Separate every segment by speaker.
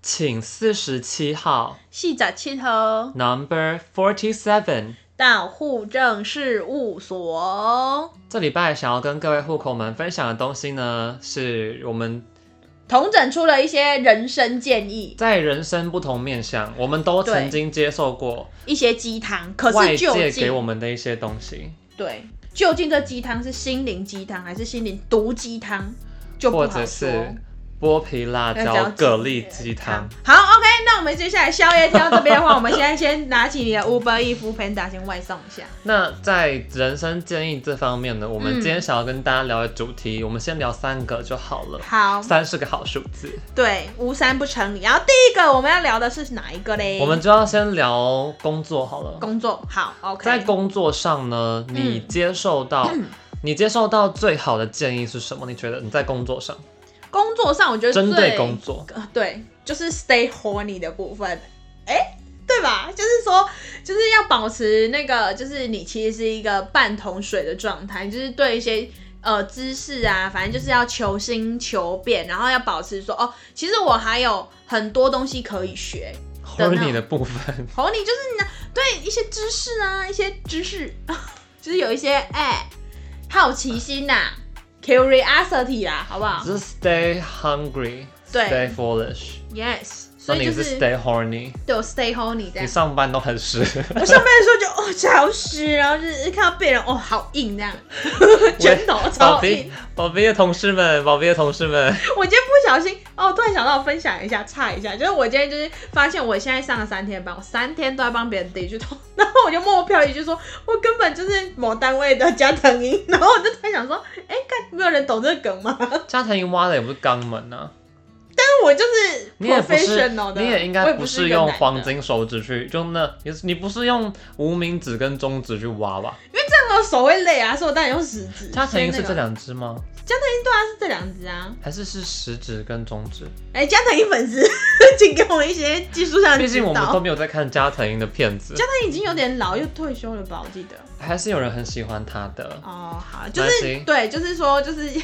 Speaker 1: 请四十七号
Speaker 2: 细仔七头
Speaker 1: （Number Forty Seven）。
Speaker 2: 到户政事务所，
Speaker 1: 这礼拜想要跟各位户口们分享的东西呢，是我们
Speaker 2: 统整出了一些人生建议，
Speaker 1: 在人生不同面向，我们都曾经接受过
Speaker 2: 一些鸡汤。可
Speaker 1: 外
Speaker 2: 是究
Speaker 1: 界给
Speaker 2: 竟
Speaker 1: 我们的一些东西，
Speaker 2: 对，究竟这鸡汤是心灵鸡汤还是心灵毒鸡汤，就不
Speaker 1: 或
Speaker 2: 好
Speaker 1: 者
Speaker 2: 说。
Speaker 1: 是剥皮辣
Speaker 2: 要
Speaker 1: 椒
Speaker 2: 嚼
Speaker 1: 蛤蜊鸡汤。
Speaker 2: 好，OK，那我们接下来宵夜听到这边的话，我们现在先拿起你的 Uber E 夫 Panda 先外送一下。
Speaker 1: 那在人生建议这方面呢，我们
Speaker 2: 嗯
Speaker 1: 今天想要跟大家聊的主题，我们先聊三个就好了。
Speaker 2: 好，
Speaker 1: 三是个好数字，
Speaker 2: 对，无三不成理。然后第一个我们要聊的是哪一个嘞？
Speaker 1: 我们就要先聊工作好了。
Speaker 2: 工作好，OK，
Speaker 1: 在工作上呢，你
Speaker 2: 嗯
Speaker 1: 接受到、你接受到最好的建议是什么？你觉得你在工作上
Speaker 2: 工作上我觉得
Speaker 1: 针对
Speaker 2: 最
Speaker 1: 工作，
Speaker 2: 呃，对，就是 stay horny 的部分，哎、对吧？就是说，就是要保持那个，就是你其实是一个半桶水的状态，就是对一些呃知识啊，反正就是要求新求变，然后要保持说哦，其实我还有很多东西可以学。
Speaker 1: 或
Speaker 2: 的
Speaker 1: 者
Speaker 2: 那
Speaker 1: 你的部分，
Speaker 2: horny 就是你的对一些知识啊，一些知识， 就是有一些哎、好奇心呐、curiosity 啦，好不 好
Speaker 1: 就是 stay hungry。
Speaker 2: 对
Speaker 1: Stay foolish，
Speaker 2: ？Yes，
Speaker 1: 那
Speaker 2: 所以
Speaker 1: 你
Speaker 2: 就是是
Speaker 1: stay horny，
Speaker 2: 对我 stay horny
Speaker 1: 你
Speaker 2: 这样。
Speaker 1: 上班都很湿，
Speaker 2: 我上班的时候就哦潮湿，然后就是看到别人哦好硬 这样，拳头
Speaker 1: 宝
Speaker 2: 超
Speaker 1: 贝
Speaker 2: 硬。，
Speaker 1: 宝贝的同事们，宝贝的同事 们，
Speaker 2: 我今天不小心哦，突然想到分享一下，差一下，就是我今天就是发现我现在上了三天班，我三天都在帮别人递剧痛，然后我就默默飘了一句说，我根本就是某单位的加藤鹰，然后我就突然想说，哎、看没有人懂这个 梗吗？但
Speaker 1: 加藤鹰挖的也不是肛门啊，
Speaker 2: 是我就是
Speaker 1: 你也不是，
Speaker 2: professional 的，
Speaker 1: 你也应
Speaker 2: 我
Speaker 1: 该
Speaker 2: 也不
Speaker 1: 是
Speaker 2: 一个
Speaker 1: 用
Speaker 2: 男的
Speaker 1: 黄 金手指去，就那，你你不是用无名指跟中指去挖吧？
Speaker 2: 但我手会累啊，所以我当然用食指。
Speaker 1: 加藤鹰是这
Speaker 2: 所以那个
Speaker 1: 两只吗？
Speaker 2: 加藤鹰对啊是这两只啊，
Speaker 1: 还是是食指跟中指？
Speaker 2: 哎、加藤鹰粉丝， 请给我们一些技术上的
Speaker 1: 毕
Speaker 2: 指
Speaker 1: 竟我们都
Speaker 2: 导。
Speaker 1: 没有在看加藤鹰的片子
Speaker 2: 加，藤已经有点老又退休了吧？我记得。
Speaker 1: 还是有人很喜欢他的。
Speaker 2: 哦，好，就
Speaker 1: 没关
Speaker 2: 是
Speaker 1: 系
Speaker 2: 对，就是说，就是 要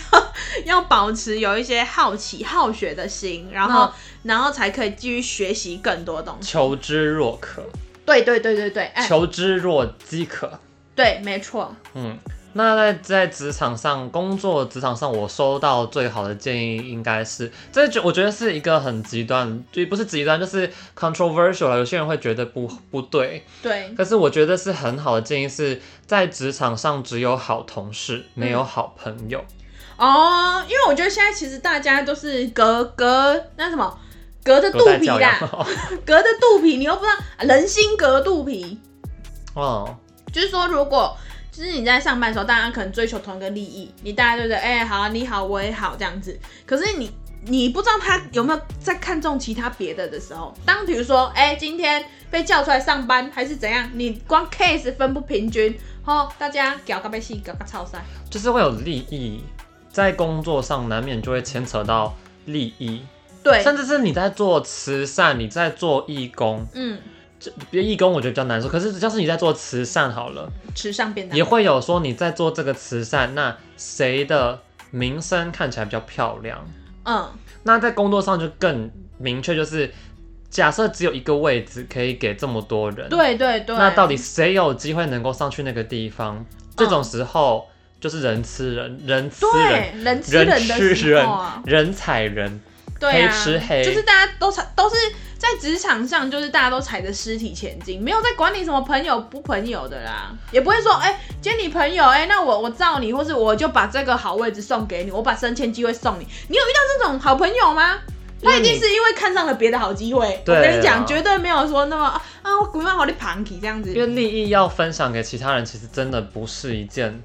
Speaker 2: 要保持有一些好奇、好学的心，然后然后才可以继续学习更多东西。
Speaker 1: 求之若渴，
Speaker 2: 对对对对对，哎、
Speaker 1: 求之若饥渴。
Speaker 2: 对，没错。
Speaker 1: 嗯，那在在职场上工作，职场上我收到最好的建议应该是，这就我觉得是一个很极端，就不是极端，就是 controversial 啦。有些人会觉得不不对，
Speaker 2: 对，
Speaker 1: 可是我觉得是很好的建议是在职场上只有好同事，没有好朋友。
Speaker 2: 哦，因为我觉得现在其实大家都是隔隔那什么，隔着肚
Speaker 1: 隔代
Speaker 2: 皮
Speaker 1: 教养
Speaker 2: 啦，隔着肚皮，你又不知道啊人心隔肚皮，
Speaker 1: 哦，
Speaker 2: 就是说，如果就是你在上班的时候，大家可能追求同一个利益，你大家就觉得，哎、好啊，你好，我也好这样子。可是你你不知道他有没有在看重其他别的的时候，当比如说，哎、今天被叫出来上班还是怎样，你光 case 分不平均，哦，大家搞个被戏，搞个超塞。
Speaker 1: 就是会有利益，在工作上难免就会牵扯到利益，
Speaker 2: 对，
Speaker 1: 甚至是你在做慈善，你在做义工，
Speaker 2: 嗯，
Speaker 1: 这别义工我觉得比较难说，可是要是你在做慈善好了，
Speaker 2: 吃上便当
Speaker 1: 也。会有说你在做这个慈善，那谁的名声看起来比较漂亮？
Speaker 2: 嗯，
Speaker 1: 那在工作上就更明确，就是假设只有一个位置可以给这么多人，
Speaker 2: 对对对。
Speaker 1: 那到底谁有机会能够上去那个地方？这种时候就是人吃人，人吃人。
Speaker 2: 嗯对人吃人
Speaker 1: 吃
Speaker 2: 的时
Speaker 1: 人
Speaker 2: 候啊，，
Speaker 1: 人踩人，
Speaker 2: 对啊，
Speaker 1: 黑吃黑
Speaker 2: 就是大家都踩，都是在职场上，就是大家都踩着尸体前进，没有在管你什么朋友不朋友的啦，也不会说，哎、今天你朋友，哎、那我我罩你，或是我就把这个好位置送给你，我把升迁机会送你，你有遇到这种好朋友吗？
Speaker 1: 因
Speaker 2: 他
Speaker 1: 为
Speaker 2: 一
Speaker 1: 你
Speaker 2: 定是因为看上了别的好机会，我
Speaker 1: 对啊
Speaker 2: 跟你讲，绝对没有说那么啊，啊我股票好的盘起这样子
Speaker 1: 因，为利益要分享给其他人，其实真的不是一件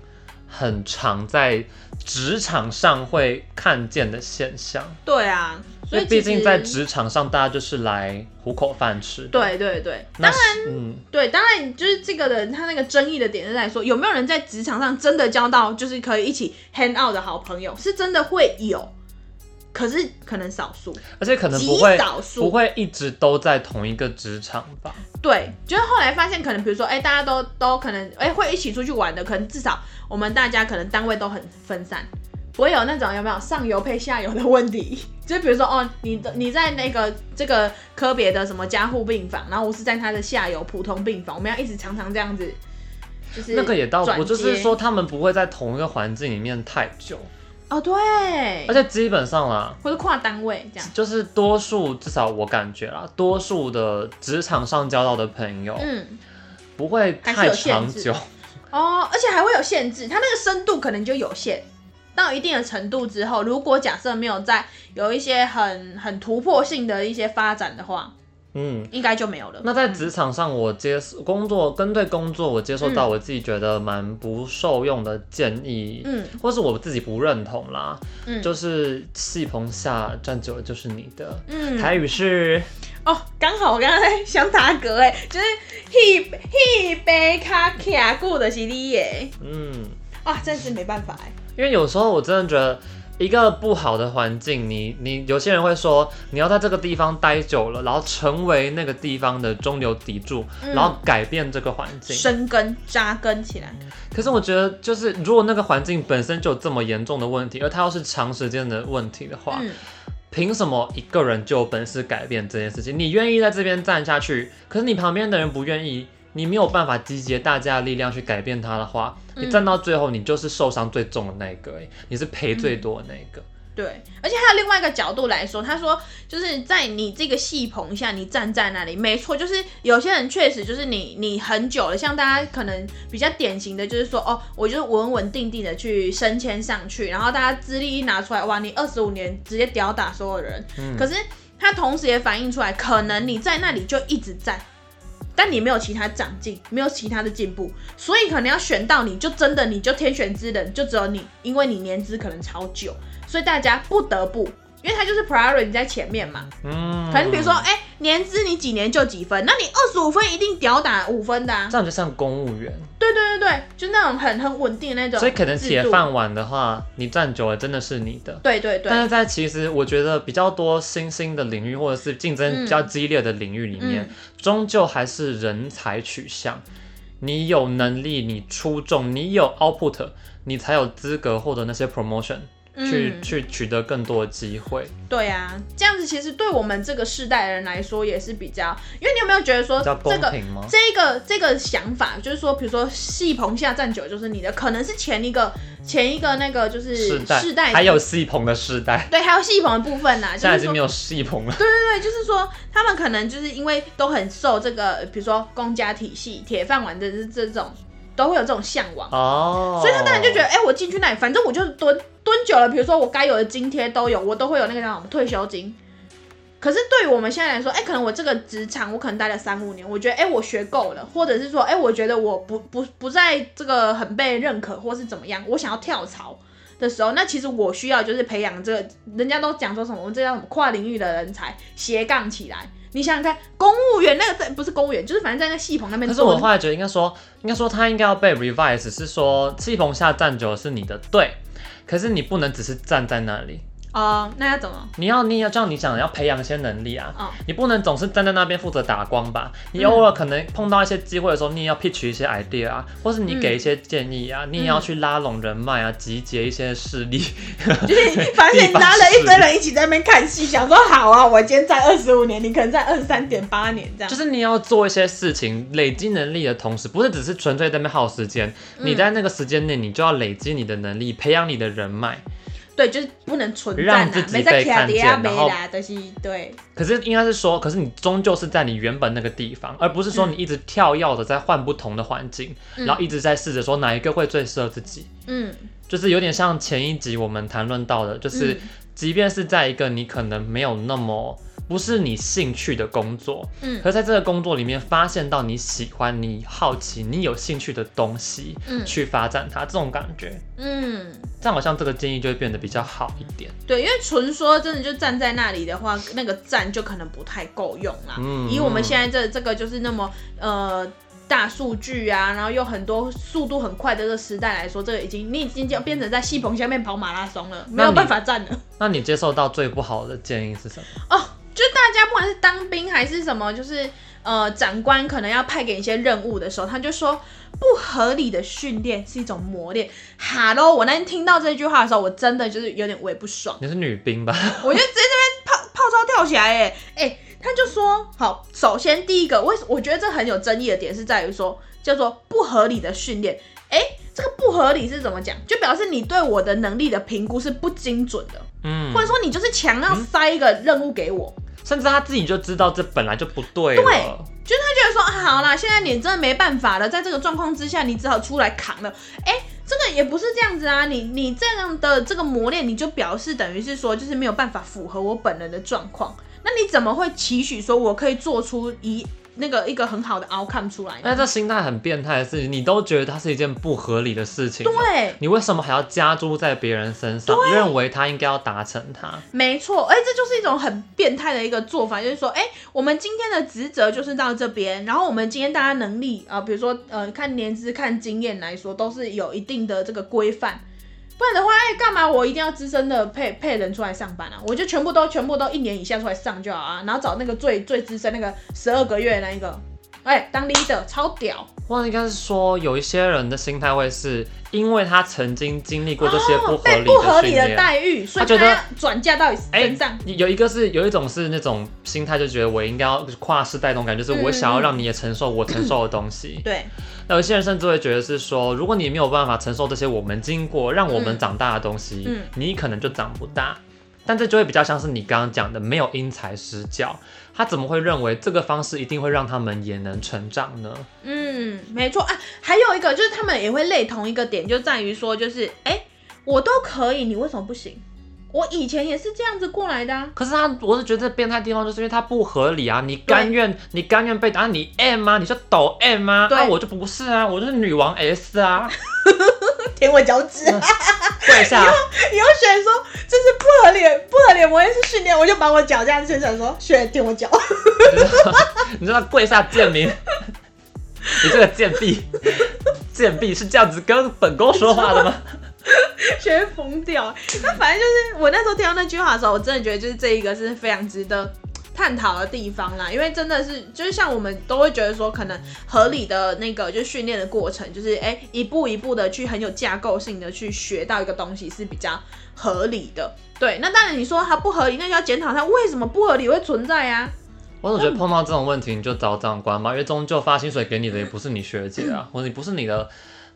Speaker 1: 很常在职场上会看见的现象。
Speaker 2: 对啊，
Speaker 1: 因
Speaker 2: 所
Speaker 1: 为
Speaker 2: 以
Speaker 1: 毕
Speaker 2: 其
Speaker 1: 竟
Speaker 2: 实
Speaker 1: 在职场上，大家就是来糊口饭吃。，
Speaker 2: 对对对，
Speaker 1: 那是嗯，
Speaker 2: 对，当然就是这个人，他那个争议的点是在说，有没有人在职场上真的交到就是可以一起 hang out 的好朋友，是真的会有，可是可能少数，
Speaker 1: 而且可能不
Speaker 2: 极
Speaker 1: 会
Speaker 2: 少
Speaker 1: 不
Speaker 2: 数。
Speaker 1: 会一直都在同一个职场吧。
Speaker 2: 对，就是后来发现，可能比如说，哎、大家都都可能，哎、会一起出去玩的，可能至少我们大家可能单位都很分散，不会有那种有没有上游配下游的问题。 就比如说哦，你的你在那个这个科别的什么加护病房，然后我是在它的下游普通病房，我们要一直常常这样子，就是
Speaker 1: 那个也倒不，
Speaker 2: 转
Speaker 1: 就是
Speaker 2: 接
Speaker 1: 说他们不会在同一个环境里面太久，
Speaker 2: 哦对，
Speaker 1: 而且基本上啦，
Speaker 2: 或者跨单位这样，
Speaker 1: 就是多数至少我感觉啦，多数的职场上交到的朋友
Speaker 2: 嗯
Speaker 1: 不会太长
Speaker 2: 还是
Speaker 1: 久
Speaker 2: 有，哦，而且还会有限制，它那个深度可能就有限。到一定的程度之后，如果假设没有在有一些很很突破性的一些发展的话，
Speaker 1: 嗯。
Speaker 2: 应该就没有了。
Speaker 1: 那在职场上，我接受工作跟对工作，我接受到
Speaker 2: 嗯
Speaker 1: 我自己觉得蛮不受用的建议，
Speaker 2: 嗯
Speaker 1: 或是我自己不认同啦，
Speaker 2: 嗯，
Speaker 1: 就是戏棚下站久了就是你的。
Speaker 2: 嗯
Speaker 1: 台语是
Speaker 2: 哦，刚好我刚才想打嗝哎，就是一一杯卡卡固的是你耶，
Speaker 1: 嗯，
Speaker 2: 哇，真是没办法哎，
Speaker 1: 因为有时候我真的觉得一个不好的环境，你你有些人会说你要在这个地方待久了，然后成为那个地方的中流砥柱，
Speaker 2: 嗯
Speaker 1: 然后改变这个环境。
Speaker 2: 生根扎根起来，
Speaker 1: 可是我觉得，就是如果那个环境本身就有这么严重的问题，而它又是长时间的问题的话，
Speaker 2: 嗯
Speaker 1: 凭什么一个人就有本事改变这件事情？你愿意在这边站下去，可是你旁边的人不愿意，你没有办法集结大家的力量去改变它的话，
Speaker 2: 嗯
Speaker 1: 你站到最后，你就是受伤最重的那一个、欸，你是赔
Speaker 2: 嗯
Speaker 1: 最多的那一个。
Speaker 2: 对，而且还有另外一个角度来说，他说就是在你这个戏棚下，你站在那里，没错，就是有些人确实就是你你很久了，像大家可能比较典型的就是说，哦，我就是稳稳定定的去升迁上去，然后大家资历一拿出来，哇，你二十五年直接吊打所有人，
Speaker 1: 嗯
Speaker 2: 可是它同时也反映出来，可能你在那里就一直在。但你没有其他长进，没有其他的进步，所以可能要选到你就真的你就天选之人，就只有你，因为你年资可能超久，所以大家不得不，因为它就是 priority 在前面嘛。
Speaker 1: 嗯，
Speaker 2: 可能比如说，哎、年资你几年就几分，那你二十五分一定屌打五分的、啊。
Speaker 1: 这样就像公务员，
Speaker 2: 对对对对，就那种很很稳定的那种。
Speaker 1: 所以可能铁
Speaker 2: 啊制度。
Speaker 1: 饭碗的话，你站久了真的是你的。
Speaker 2: 对对对。
Speaker 1: 但是在其实我觉得比较多新兴的领域，或者是竞争比较激烈的领域里面，
Speaker 2: 嗯
Speaker 1: 终究还是人才取向。你有能力，你出众，你有 output，你才有资格获得那些 promotion，、去
Speaker 2: 嗯
Speaker 1: 去取得更多的机会，
Speaker 2: 对啊，这样子其实对我们这个世代的人来说也是比较，因为你有没有觉得说
Speaker 1: 比较公
Speaker 2: 这个
Speaker 1: 平吗？
Speaker 2: 这个这个想法，就是说，比如说戏棚下站久就是你的，可能是前一个前一个那个就是
Speaker 1: 世代，
Speaker 2: 世代
Speaker 1: 还有戏棚的世代，
Speaker 2: 对，还有戏棚的部分呐、
Speaker 1: 现在已
Speaker 2: 就是
Speaker 1: 经
Speaker 2: 说
Speaker 1: 没有戏棚了。
Speaker 2: 对，就是说他们可能就是因为都很受这个，比如说公家体系、铁饭碗的这这种，都会有这种向往。
Speaker 1: 哦，
Speaker 2: 所以他当然就觉得，哎、我进去那里，反正我就是蹲蹲久了，比如说我该有的津贴都有，我都会有那个叫什么退休金。可是对于我们现在来说，哎、可能我这个职场我可能待了三五年，我觉得哎、我学够了，或者是说哎、我觉得我不不不在这个很被认可，或是怎么样，我想要跳槽的时候，那其实我需要就是培养这个，人家都讲说什么，这叫什么跨领域的人才斜杠起来。你想想看，公务员那个在不是公务员，就是反正在那个系统那边
Speaker 1: 可
Speaker 2: 蹲，
Speaker 1: 是我后来觉得应该说，应该说他应该要被 revise，是说气棚下站久了是你的对，可是你不能只是站在那里，
Speaker 2: 哦、那要怎么？
Speaker 1: 你要你要像你讲的要培养一些能力啊。
Speaker 2: 哦，
Speaker 1: 你不能总是站在那边负责打光吧？你偶尔可能碰到一些机会的时候，你也要 pitch 一些 idea 啊，或是你给一些建议啊，你也要去拉拢人脉啊，集结一些势力。
Speaker 2: 就是反正你拉了一堆人一起在那边看戏，想说好啊，我今天在二十五年，你可能在二十三点八年这样。
Speaker 1: 就是你要做一些事情，累积能力的同时，不是只是纯粹在那边耗时间，你在那个时间内，你就要累积你的能力，培养你的人脉。
Speaker 2: 对，就是不能存在
Speaker 1: 让
Speaker 2: 啊
Speaker 1: 自，己
Speaker 2: 没在
Speaker 1: 被看
Speaker 2: 底
Speaker 1: 见
Speaker 2: 啊，没
Speaker 1: 然后
Speaker 2: 啦，就是对，
Speaker 1: 可是应该是说，可是你终究是在你原本那个地方，而不是说
Speaker 2: 嗯
Speaker 1: 你一直跳跃的在换不同的环境，
Speaker 2: 嗯
Speaker 1: 然后一直在试着说哪一个会最适合自己。
Speaker 2: 嗯
Speaker 1: 就是有点像前一集我们谈论到的，就是
Speaker 2: 嗯
Speaker 1: 即便是在一个你可能没有那么不是你兴趣的工作，
Speaker 2: 嗯
Speaker 1: 可是在这个工作里面发现到你喜欢、你好奇、你有兴趣的东西，
Speaker 2: 嗯
Speaker 1: 去发展它，这种感觉，
Speaker 2: 嗯，
Speaker 1: 这样好像这个建议就会变得比较好一点。
Speaker 2: 对，因为纯说真的就站在那里的话，那个站就可能不太够用啦。
Speaker 1: 嗯
Speaker 2: 以我们现在这这个就是那么呃。大数据啊，然后又很多速度很快的这个时代来说，这个已经你已经就变成在戏棚下面跑马拉松了，没
Speaker 1: 那
Speaker 2: 有
Speaker 1: 你
Speaker 2: 办法站了。
Speaker 1: 那你接受到最不好的建议是什么？
Speaker 2: 哦，就大家不管是当兵还是什么，就是呃长官可能要派给你一些任务的时候，他就说不不合理的训练是一种磨练。哈喽，我那天听到这句话的时候，我真的就是有点微不爽，
Speaker 1: 你是女兵 吧？
Speaker 2: 我就直接这边泡泡操跳起来、欸，哎、哎，他就说好，首先第一个，为我觉得这很有争议的点是在于说叫做不合理的训练，哎、这个不合理是怎么讲？就表示你对我的能力的评估是不精准的，
Speaker 1: 嗯
Speaker 2: 或，者说你就是强要塞一个任务给我，
Speaker 1: 甚至他自己就知道这本来就不对了。
Speaker 2: 对就是他觉得说、啊好啦，现在你真的没办法了，在这个状况之下，你只好出来扛了。哎、这个也不是这样子啊，你你这样的这个磨练，你就表示等于是说，就是没有办法符合我本人的状况。那你怎么会期许说我可以做出一那个一个很好的 outcome 出来
Speaker 1: 那
Speaker 2: 呢？
Speaker 1: 这心态很变态的事情，你都觉得它是一件不合理的事情，，啊
Speaker 2: 对，
Speaker 1: 你为什么还要加诸在别人身上？认为他应该要达成它？
Speaker 2: 没错，哎、这就是一种很变态的一个做法，就是说，哎、我们今天的职责就是到这边，然后我们今天大家能力啊、呃比如说呃，看年资、看经验来说，都是有一定的这个规范，不然的话，哎、干嘛我一定要资深的配配人出来上班啊？我就全部都全部都一年以下出来上就好啊，然后找那个最最资深那个十二个月的那一个，哎、当 leader 超屌，
Speaker 1: 或应该是说，有一些人的心态会是因为他曾经经历过这些不合
Speaker 2: 哦被
Speaker 1: 理
Speaker 2: 不合
Speaker 1: 的训
Speaker 2: 理
Speaker 1: 练
Speaker 2: 的。待遇，所
Speaker 1: 他
Speaker 2: 以
Speaker 1: 觉
Speaker 2: 他
Speaker 1: 得哎
Speaker 2: 要转嫁到你身上。
Speaker 1: 有一个是有一种是那种心态，就觉得我应该要跨世代那种感觉，就是我想要让你也承受我承受的东西。
Speaker 2: 对，
Speaker 1: 那有些人甚至会觉得是说，如果你没有办法承受这些我们经过让我们长大的东西，
Speaker 2: 嗯嗯
Speaker 1: 你可能就长不大。但这就会比较像是你刚刚讲的，没有因材施教，他怎么会认为这个方式一定会让他们也能成长呢？
Speaker 2: 嗯，没错啊，还有一个就是他们也会类同一个点，就在于说，就是哎、诶我都可以，你为什么不行？我以前也是这样子过来的、啊，
Speaker 1: 可是他，我是觉得变态地方就是因为他不合理啊！你甘愿，你甘愿被打，你 M 啊，你就抖 M 啊，
Speaker 2: 对
Speaker 1: 啊我就不是啊，我就是女王 S 啊，
Speaker 2: 舔我脚趾。
Speaker 1: 跪下，
Speaker 2: 你又选说这是不合理的，不合理的模式训练，我就把我脚这样伸展说，选舔我脚。
Speaker 1: 你知道跪下贱民，你这个贱婢，贱婢是这样子跟本宫说话的吗？
Speaker 2: 全疯掉。那反正就是我那时候听到那句话的时候，我真的觉得就是这一个是非常值得。探讨的地方啦，因为真的是就是像我们都会觉得说，可能合理的那个就是训练的过程，就是哎、一步一步的去很有架构性的去学到一个东西是比较合理的。对，那当然你说它不合理，那就要检讨它为什么不合理会存在啊。
Speaker 1: 我总觉得碰到这种问题，你就找长官嘛，因为终究发薪水给你的也不是你学姐 啊，或者你不是你的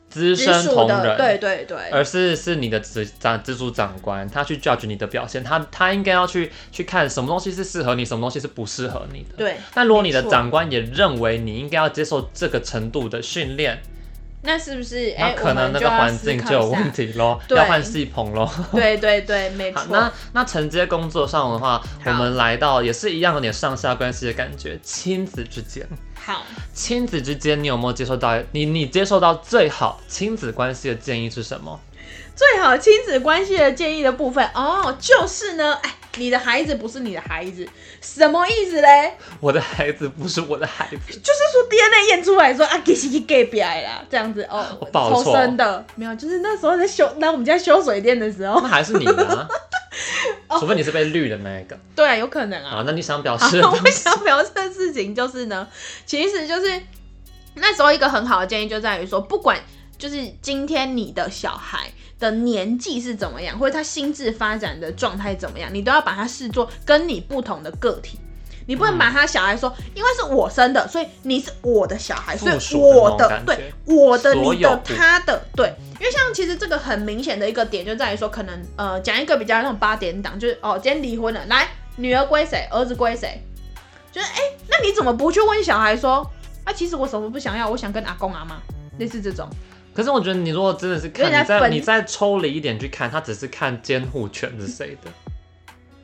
Speaker 1: 资
Speaker 2: 直
Speaker 1: 深
Speaker 2: 属
Speaker 1: 同
Speaker 2: 的，
Speaker 1: 仁，
Speaker 2: 对对对，
Speaker 1: 而是是你的直长直属长官，他去 judge 你的表现，他他应该要去去看什么东西是适合你，什么东西是不适合你的。。
Speaker 2: 对，
Speaker 1: 那如果你的
Speaker 2: 没错
Speaker 1: 长官也认为你应该要接受这个程度的训练，
Speaker 2: 那是不是
Speaker 1: 那
Speaker 2: 哎、
Speaker 1: 可能那个环境就有问
Speaker 2: 题。
Speaker 1: 题喽，
Speaker 2: 对
Speaker 1: 要换系棚喽。
Speaker 2: 对对对，没
Speaker 1: 好
Speaker 2: 错，。
Speaker 1: 那那承接工作上的话，我们来到也是一样有点上下关系的感觉，亲子之间，
Speaker 2: 好，
Speaker 1: 亲子之间，你有没有接受到你你接受到最好亲子关系的建议是什么？
Speaker 2: 最好亲子关系的建议的部分哦，就是呢，哎，你的孩子不是你的孩子，什么意思嘞？
Speaker 1: 我的孩子不是我的孩子，
Speaker 2: 就是说 DNA 验出来说啊，给是给 gay 表啦，这样子哦
Speaker 1: 我，报
Speaker 2: 抽
Speaker 1: 错
Speaker 2: 身的没有，就是那时候在修，来我们家修水电的 时候，
Speaker 1: 那还是你的、啊
Speaker 2: 哦，
Speaker 1: 除非你是被绿的那一个。
Speaker 2: 对，有可能啊
Speaker 1: 好，。那你想表示的
Speaker 2: 好，
Speaker 1: 东
Speaker 2: 我
Speaker 1: 西？
Speaker 2: 想表示的事情就是呢，其实就是那时候一个很好的建议就在于说，不管就是今天你的小孩的年纪是怎么样，或者他心智发展的状态怎么样，你都要把他视作跟你不同的个体。你不
Speaker 1: 嗯
Speaker 2: 能把他小孩说，因为是我生的，所以你是我的小孩，所以
Speaker 1: 附属的
Speaker 2: 我
Speaker 1: 那种
Speaker 2: 的
Speaker 1: 感觉
Speaker 2: 对我的、
Speaker 1: 所
Speaker 2: 你
Speaker 1: 有
Speaker 2: 的、
Speaker 1: 部
Speaker 2: 他的对，因为像其实这个很明显的一个点就在于说，可能呃讲一个比较那种八点档，就是哦今天离婚了，来女儿归谁，儿子归谁，就是哎、那你怎么不去问小孩说，啊其实我什么不想要，我想跟阿公阿妈，类似这种，
Speaker 1: 可是我觉得你如果真的是
Speaker 2: 有
Speaker 1: 看，
Speaker 2: 点
Speaker 1: 你
Speaker 2: 在
Speaker 1: 再
Speaker 2: 分
Speaker 1: 你再抽离一点去看，他只是看监护权是谁的。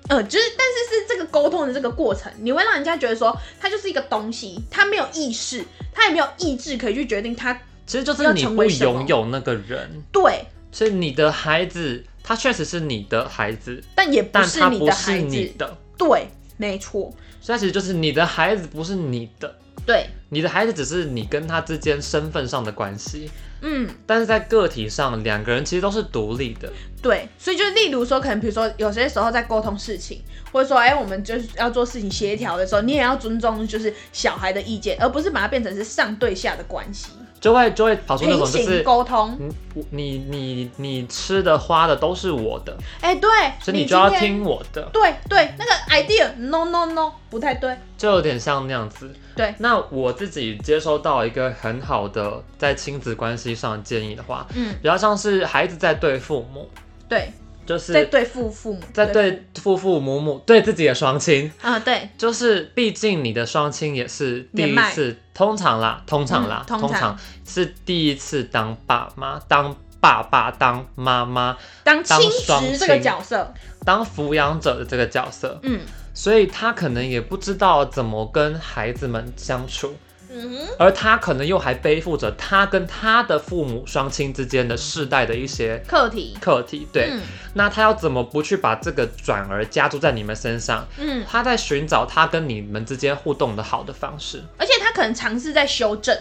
Speaker 2: 呃就是但是是这个沟通的这个过程，你会让人家觉得说他就是一个东西，他没有意识，他也没有意志可以去决定他
Speaker 1: 其实就
Speaker 2: 要
Speaker 1: 是你
Speaker 2: 成
Speaker 1: 不
Speaker 2: 为什么
Speaker 1: 拥有那个人，
Speaker 2: 对，
Speaker 1: 所以你的孩子他确实是你的孩子，
Speaker 2: 但也不
Speaker 1: 但
Speaker 2: 是
Speaker 1: 他
Speaker 2: 你
Speaker 1: 不
Speaker 2: 的
Speaker 1: 是
Speaker 2: 孩
Speaker 1: 你
Speaker 2: 子，
Speaker 1: 的，
Speaker 2: 对，没错，
Speaker 1: 所以他其实就是你的孩子不是你的，
Speaker 2: 对，
Speaker 1: 你的孩子只是你跟他之间身份上的关系，
Speaker 2: 嗯。
Speaker 1: 但是在个体上两个人其实都是独立的。
Speaker 2: 对，所以就例如说，可能比如说有些时候在沟通事情，或者说哎、我们就是要做事情协调的时候，你也要尊重就是小孩的意见，而不是把它变成是上对下的关系。
Speaker 1: 就会就会跑哦出那
Speaker 2: 平
Speaker 1: 种就是
Speaker 2: 行。沟通。
Speaker 1: 嗯我你你你吃的花的都是我的，
Speaker 2: 哎、对，
Speaker 1: 所以你就要
Speaker 2: 今天。
Speaker 1: 听我的，
Speaker 2: 对对，那个 idea no no no 不太对。
Speaker 1: 就有点像那样子。
Speaker 2: 对，
Speaker 1: 那我自己接收到一个很好的在亲子关系上的建议的话，
Speaker 2: 嗯，
Speaker 1: 比较像是孩子在对父母，
Speaker 2: 对，
Speaker 1: 就
Speaker 2: 在
Speaker 1: 是
Speaker 2: 对付父母，
Speaker 1: 在对父父母母对自己的双亲，
Speaker 2: 啊、对，
Speaker 1: 就是毕竟你的双亲也是第
Speaker 2: 年
Speaker 1: 一
Speaker 2: 迈
Speaker 1: 次，通常啦，通常啦，
Speaker 2: 嗯通常
Speaker 1: 是第一次当爸妈，当爸爸，当妈妈，
Speaker 2: 当
Speaker 1: 当
Speaker 2: 亲
Speaker 1: 双
Speaker 2: 职这个
Speaker 1: 亲
Speaker 2: 角色，
Speaker 1: 当抚养者的这个角色，
Speaker 2: 嗯
Speaker 1: 所以他可能也不知道怎么跟孩子们相处，
Speaker 2: 嗯哼，
Speaker 1: 而他可能又还背负着他跟他的父母双亲之间的世代的一些
Speaker 2: 课题，
Speaker 1: 课题，对，
Speaker 2: 嗯
Speaker 1: 那他要怎么不去把这个转而加注在你们身上？
Speaker 2: 嗯，
Speaker 1: 他在寻找他跟你们之间互动的好的方式。
Speaker 2: 而且他可能尝试在修正，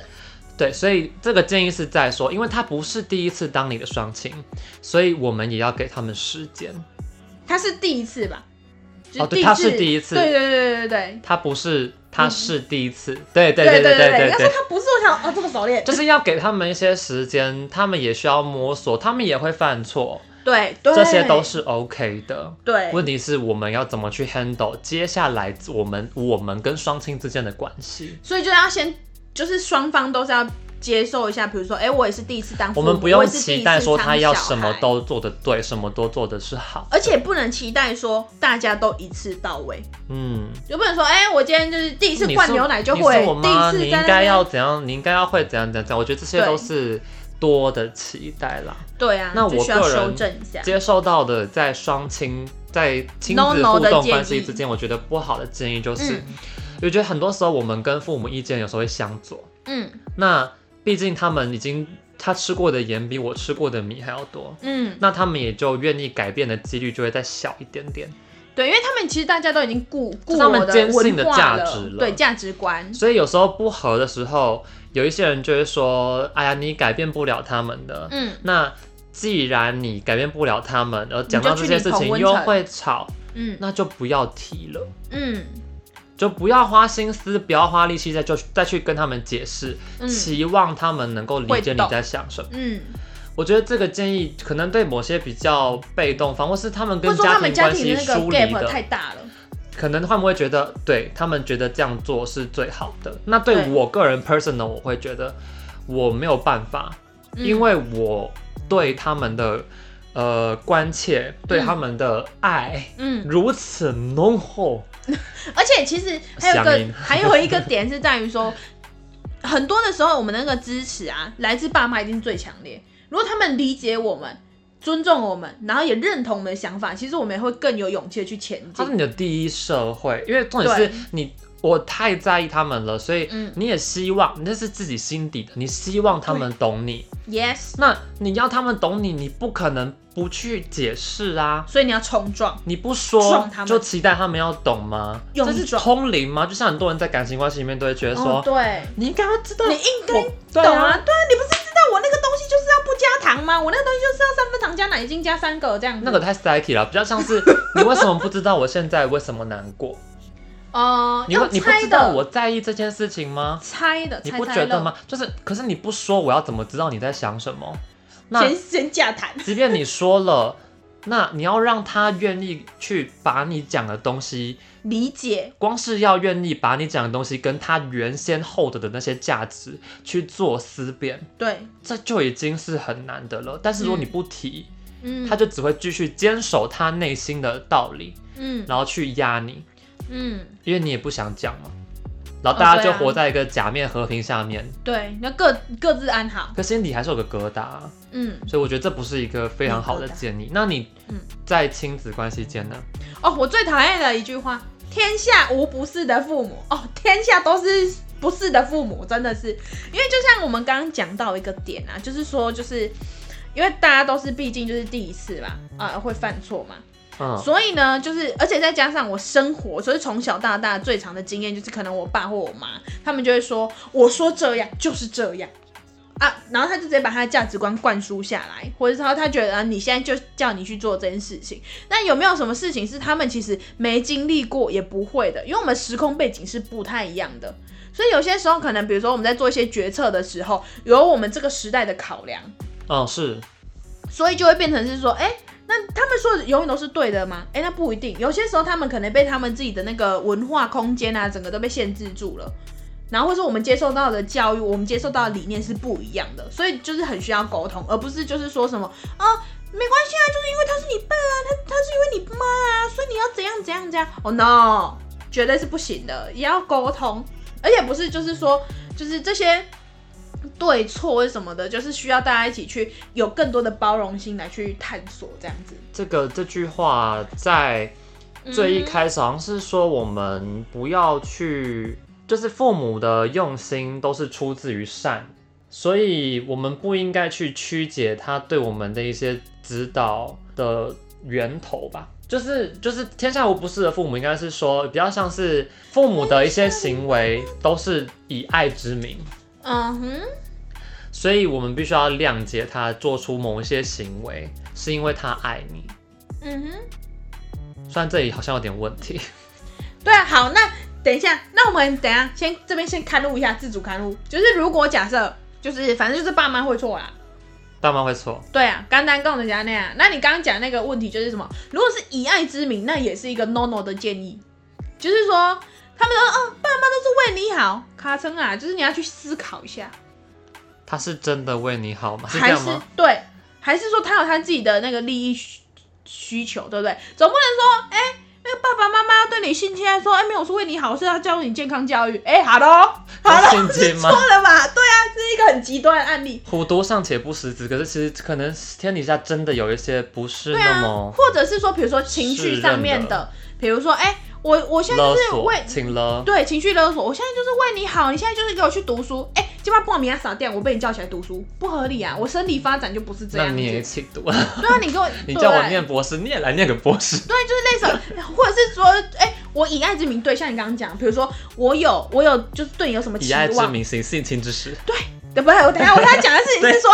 Speaker 1: 对，所以这个建议是在说，因为他不是第一次当你的双亲，所以我们也要给他们时间。
Speaker 2: 他是第一次吧？就
Speaker 1: 哦对
Speaker 2: 第一
Speaker 1: 他是第一次
Speaker 2: 对对对对对
Speaker 1: 他不是，他是第一次。对对
Speaker 2: 嗯
Speaker 1: 对
Speaker 2: 对对
Speaker 1: 对
Speaker 2: 要是他不是，我想哦，这么熟练，
Speaker 1: 就是要给他们一些时间，他们也需要摸索，他们也会犯错，
Speaker 2: 对对，
Speaker 1: 这些都是 OK 的。
Speaker 2: 对，
Speaker 1: 问题是我们要怎么去 handle 接下来我们我们跟双亲之间的关系？
Speaker 2: 所以就要先就是双方都是要接受一下，比如说，哎、我也是第一次当父
Speaker 1: 我
Speaker 2: 母，
Speaker 1: 们不
Speaker 2: 我
Speaker 1: 用
Speaker 2: 也是第一
Speaker 1: 期
Speaker 2: 次
Speaker 1: 待说
Speaker 2: 当
Speaker 1: 他要
Speaker 2: 小
Speaker 1: 什么
Speaker 2: 孩。
Speaker 1: 都做得对，什么都做的是好。
Speaker 2: 而且不能期待说大家都一次到位，
Speaker 1: 嗯，
Speaker 2: 就不能说，哎、我今天就是第一次
Speaker 1: 你
Speaker 2: 灌
Speaker 1: 是
Speaker 2: 牛奶就
Speaker 1: 你
Speaker 2: 会，
Speaker 1: 是我
Speaker 2: 第
Speaker 1: 妈，
Speaker 2: 一
Speaker 1: 你
Speaker 2: 次
Speaker 1: 应
Speaker 2: 在那
Speaker 1: 该
Speaker 2: 边
Speaker 1: 要怎样？你应该要会怎样怎样怎样？我觉得这些
Speaker 2: 对
Speaker 1: 都是多的期待啦。
Speaker 2: 对啊，
Speaker 1: 那
Speaker 2: 就
Speaker 1: 我
Speaker 2: 需要
Speaker 1: 个
Speaker 2: 修
Speaker 1: 人
Speaker 2: 正一下。
Speaker 1: 接受到的在双亲在亲
Speaker 2: No,
Speaker 1: 子
Speaker 2: no
Speaker 1: 互
Speaker 2: 的
Speaker 1: 动
Speaker 2: 建
Speaker 1: 关系
Speaker 2: 议
Speaker 1: 之间，我觉得不好的建议就是，
Speaker 2: 嗯
Speaker 1: 我觉得很多时候我们跟父母意见有时候会相左。
Speaker 2: 嗯
Speaker 1: 那毕竟他们已经他吃过的盐比我吃过的米还要多，
Speaker 2: 嗯，
Speaker 1: 那他们也就愿意改变的几率就会再小一点点。
Speaker 2: 对，因为他们其实大家都已经顾顾
Speaker 1: 他们
Speaker 2: 我
Speaker 1: 坚信
Speaker 2: 文
Speaker 1: 的
Speaker 2: 化
Speaker 1: 价
Speaker 2: 了，
Speaker 1: 值了
Speaker 2: 对价值观，
Speaker 1: 所以有时候不合的时候，有一些人就会说：“哎呀，你改变不了他们的。
Speaker 2: 嗯
Speaker 1: 那既然你改变不了他们，而讲到这些事
Speaker 2: 你就去你同
Speaker 1: 情
Speaker 2: 温
Speaker 1: 又
Speaker 2: 层
Speaker 1: 会吵，
Speaker 2: 嗯
Speaker 1: 那就不要提了。
Speaker 2: 嗯
Speaker 1: 就不要花心思，不要花力气再就再去跟他们解释，
Speaker 2: 嗯
Speaker 1: 期望他们能够理解
Speaker 2: 会
Speaker 1: 你
Speaker 2: 懂
Speaker 1: 在想什么。
Speaker 2: 嗯，
Speaker 1: 我觉得这个建议可能对某些比较被动方，或是他们
Speaker 2: 或
Speaker 1: 跟
Speaker 2: 者说他们
Speaker 1: 庭
Speaker 2: 家
Speaker 1: 关
Speaker 2: 庭
Speaker 1: 系
Speaker 2: 的那个
Speaker 1: 疏离
Speaker 2: gap
Speaker 1: 的，
Speaker 2: 太大了，
Speaker 1: 可能他们会觉得，对他们觉得这样做是最好的。那对
Speaker 2: 对
Speaker 1: 我个人 personal，我会觉得我没有办法，
Speaker 2: 嗯
Speaker 1: 因为我对他们的呃关切，对他们的爱、
Speaker 2: 嗯，
Speaker 1: 如此浓厚。
Speaker 2: 而且其实还有一
Speaker 1: 乡
Speaker 2: 个
Speaker 1: 音
Speaker 2: 还有一个点是在于说，很多的时候我们的那个支持啊，来自爸妈一定最强烈。如果他们理解我们。尊重我们，然后也认同我们的想法，其实我们也会更有勇气地去前
Speaker 1: 他是
Speaker 2: 进。
Speaker 1: 你的第一社会，因为重点是
Speaker 2: 对
Speaker 1: 你。我太在意他们了，所以
Speaker 2: 嗯
Speaker 1: 你也希望，那是自己心底的，你希望他们懂你。
Speaker 2: Yes，
Speaker 1: 那你要他们懂你，你不可能不去解释啊。
Speaker 2: 所以你要冲撞。
Speaker 1: 你不说
Speaker 2: 撞他们
Speaker 1: 就期待他们要懂吗？
Speaker 2: 用
Speaker 1: 这是
Speaker 2: 撞
Speaker 1: 通灵吗？就像很多人在感情关系里面都会觉得说，
Speaker 2: 哦、对，
Speaker 1: 你应该要知道，
Speaker 2: 你应该
Speaker 1: 我对
Speaker 2: 懂啊，
Speaker 1: 啊。
Speaker 2: 对啊，你不是知道我那个东西就是要不加糖吗？我那个东西就是要三分糖加奶精加三个这样子。
Speaker 1: 那个太 psyche 了，比较像是你为什么不知道我现在为什么难 过？
Speaker 2: 呃，
Speaker 1: 你
Speaker 2: 要
Speaker 1: 会你不
Speaker 2: 猜
Speaker 1: 知道
Speaker 2: 的，
Speaker 1: 我在意这件事情吗？
Speaker 2: 猜的，
Speaker 1: 你
Speaker 2: 猜
Speaker 1: 不
Speaker 2: 猜
Speaker 1: 觉得
Speaker 2: 乐？
Speaker 1: 吗？就是，可是你不说，我要怎么知道你在想什么？那
Speaker 2: 先先架谈，
Speaker 1: 即便你说了，那你要让他愿意去把你讲的东西，
Speaker 2: 理解，
Speaker 1: 光是要愿意把你讲的东西跟他原先 hold 的那些价值去做思辨，
Speaker 2: 对，
Speaker 1: 这就已经是很难的了。但是如果你不提，
Speaker 2: 嗯，
Speaker 1: 他就只会继续坚守他内心的道理，
Speaker 2: 嗯
Speaker 1: 然后去压你，
Speaker 2: 嗯，
Speaker 1: 因为你也不想讲嘛。然后
Speaker 2: 哦
Speaker 1: 大家
Speaker 2: 对
Speaker 1: 就
Speaker 2: 啊
Speaker 1: 活在一个假面和平下面，
Speaker 2: 哦对，啊那各各自安好，
Speaker 1: 可心里还是有个疙瘩啊、
Speaker 2: 嗯，
Speaker 1: 所以我觉得这不是一个非常好的建议。那你
Speaker 2: 嗯
Speaker 1: 在亲子关系间呢？
Speaker 2: 哦，我最讨厌的一句话，天下无不是的父母，哦，天下都是不是的父母，真的是，因为就像我们刚刚讲到一个点啊，就是说，就是因为大家都是毕竟就是第一次嘛，啊、会犯错嘛，
Speaker 1: 嗯，
Speaker 2: 所以呢，就是而且再加上我生活，所以从小到大最长的经验就是，可能我爸或我妈，他们就会说，我说这样就是这样。啊，然后他就直接把他的价值观灌输下来，或者是他他觉得、啊、你现在就叫你去做这件事情。那有没有什么事情是他们其实没经历过也不会的？因为我们时空背景是不太一样的。所以有些时候可能，比如说我们在做一些决策的时候，有我们这个时代的考量，
Speaker 1: 嗯，是，
Speaker 2: 所以就会变成是说，哎、那他们说的永远都是对的吗？哎、那不一定，有些时候他们可能被他们自己的那个文化空间啊，整个都被限制住了。然后或是我们接受到的教育，我们接受到的理念是不一样的，所以就是很需要沟通，而不是就是说什么啊，没关系啊，就是因为他是你爸啊，他他是因为你妈啊，所以你要怎样怎样怎样。哦、no，绝对是不行的，也要沟通，而且不是就是说就是这些对错或什么的，就是需要大家一起去有更多的包容心来去探索这样子。
Speaker 1: 这个这句话在
Speaker 2: 嗯
Speaker 1: 最一开始好像是说我们不要去，就是父母的用心都是出自于善，所以我们不应该去曲解他对我们的一些指导的源头吧。就是就是天下无不是的父母，应该是说比较像是父母的一些行为都是以爱之名，
Speaker 2: 嗯哼，
Speaker 1: 所以我们必须要谅解他做出某一些行为是因为他爱你。
Speaker 2: 嗯哼。
Speaker 1: 虽然这里好像有点问题，
Speaker 2: 对啊，好，那等一下，那我们等一下先这边先看录一下自主看录，就是如果假设就是反正就是爸妈会错啦，
Speaker 1: 爸妈会错，
Speaker 2: 对啊，刚刚跟我们讲的那样，那你刚刚讲那个问题就是什么？如果是以爱之名，那也是一个 no no 的建议，就是说他们说哦，爸妈都是为你好，卡称啊，就是你要去思考一下，
Speaker 1: 他是真的为你好吗？是这
Speaker 2: 还
Speaker 1: 样
Speaker 2: 是
Speaker 1: 吗？
Speaker 2: 对，还是说他有他自己的那个利益需需求，对不对？总不能说，哎、那个爸爸妈妈对你性侵害说，哎、没有，是为你好，是要教你健康教育。哎、好的哦，好
Speaker 1: 他
Speaker 2: 了，
Speaker 1: 性侵吗
Speaker 2: 错？了吧？对啊，这是一个很极端的案例。
Speaker 1: 虎毒尚且不食子，可是其实可能天底下真的有一些不是
Speaker 2: 对
Speaker 1: 那
Speaker 2: 啊，
Speaker 1: 么
Speaker 2: 或者是说，比如说情
Speaker 1: 适
Speaker 2: 绪
Speaker 1: 任
Speaker 2: 上面
Speaker 1: 的
Speaker 2: 的，比如说，哎、我我现在
Speaker 1: 勒
Speaker 2: 就是
Speaker 1: 索
Speaker 2: 为，
Speaker 1: 请了，
Speaker 2: 对情绪勒索，我现在就是为你好，你现在就是给我去读书，哎、今晚不明天扫店，我被你叫起来读书，不合理啊！我生理发展就不是这
Speaker 1: 那
Speaker 2: 样
Speaker 1: 你也一
Speaker 2: 子。
Speaker 1: 起读，
Speaker 2: 对啊，你给我，
Speaker 1: 你
Speaker 2: 对
Speaker 1: 叫我
Speaker 2: 啊
Speaker 1: 念博士，你也来念个博 士，
Speaker 2: 对，就是类似，或者是说，哎、我以爱之名对，像你刚刚讲，比如说我有我有就是对你有什么
Speaker 1: 以
Speaker 2: 期
Speaker 1: 爱之
Speaker 2: 望。
Speaker 1: 名行性侵之实，
Speaker 2: 对，不是，我等一下我现在讲的事情是
Speaker 1: 对
Speaker 2: 说，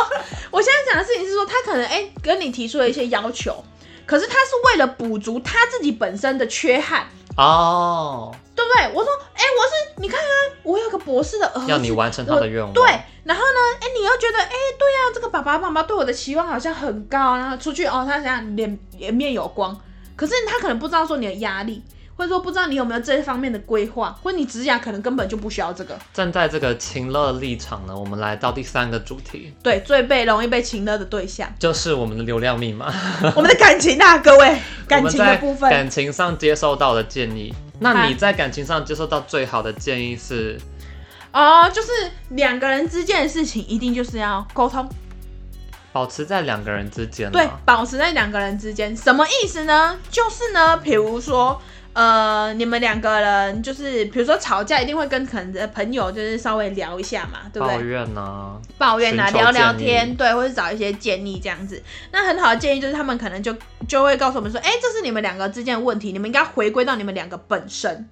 Speaker 2: 我现在讲的事情是说，他可能哎、跟你提出了一些要求，可是他是为了补足他自己本身的缺憾，
Speaker 1: 哦，
Speaker 2: 对不对？我说，哎、我是你看啊，我有个博士的儿子，
Speaker 1: 要你完成他
Speaker 2: 我
Speaker 1: 的愿望，
Speaker 2: 对，然后呢，哎、你又觉得，哎、对啊，这个爸爸妈妈对我的期望好像很高，然后出去哦，他想想脸脸面有光，可是他可能不知道说你的压力，或者说不知道你有没有这方面的规划，或者你职涯可能根本就不需要这个。
Speaker 1: 站在这个情乐立场呢，我们来到第三个主题，，
Speaker 2: 对，最被容易被情勒的对象
Speaker 1: 就是我们的流量密 码。
Speaker 2: 我们的感情啊，各位感情的部
Speaker 1: 我们在
Speaker 2: 分，
Speaker 1: 感情上接受到的建议。那你在感情上接受到最好的建议是？
Speaker 2: 哦，就是两个人之间的事情，一定就是要沟通。
Speaker 1: 保持在两个人之间吗，啊
Speaker 2: 对，保持在两个人之间，什么意思呢？就是呢，比如说，呃，你们两个人就是，比如说吵架，一定会跟可能的朋友就是稍微聊一下嘛，对不
Speaker 1: 抱
Speaker 2: 对？
Speaker 1: 怨呢、
Speaker 2: 抱怨啊，
Speaker 1: 寻求
Speaker 2: 聊聊
Speaker 1: 建议
Speaker 2: 天，对，或者找一些建议这样子。那很好的建议就是，他们可能就就会告诉我们说，哎、这是你们两个之间的问题，你们应该回归到你们两个本身，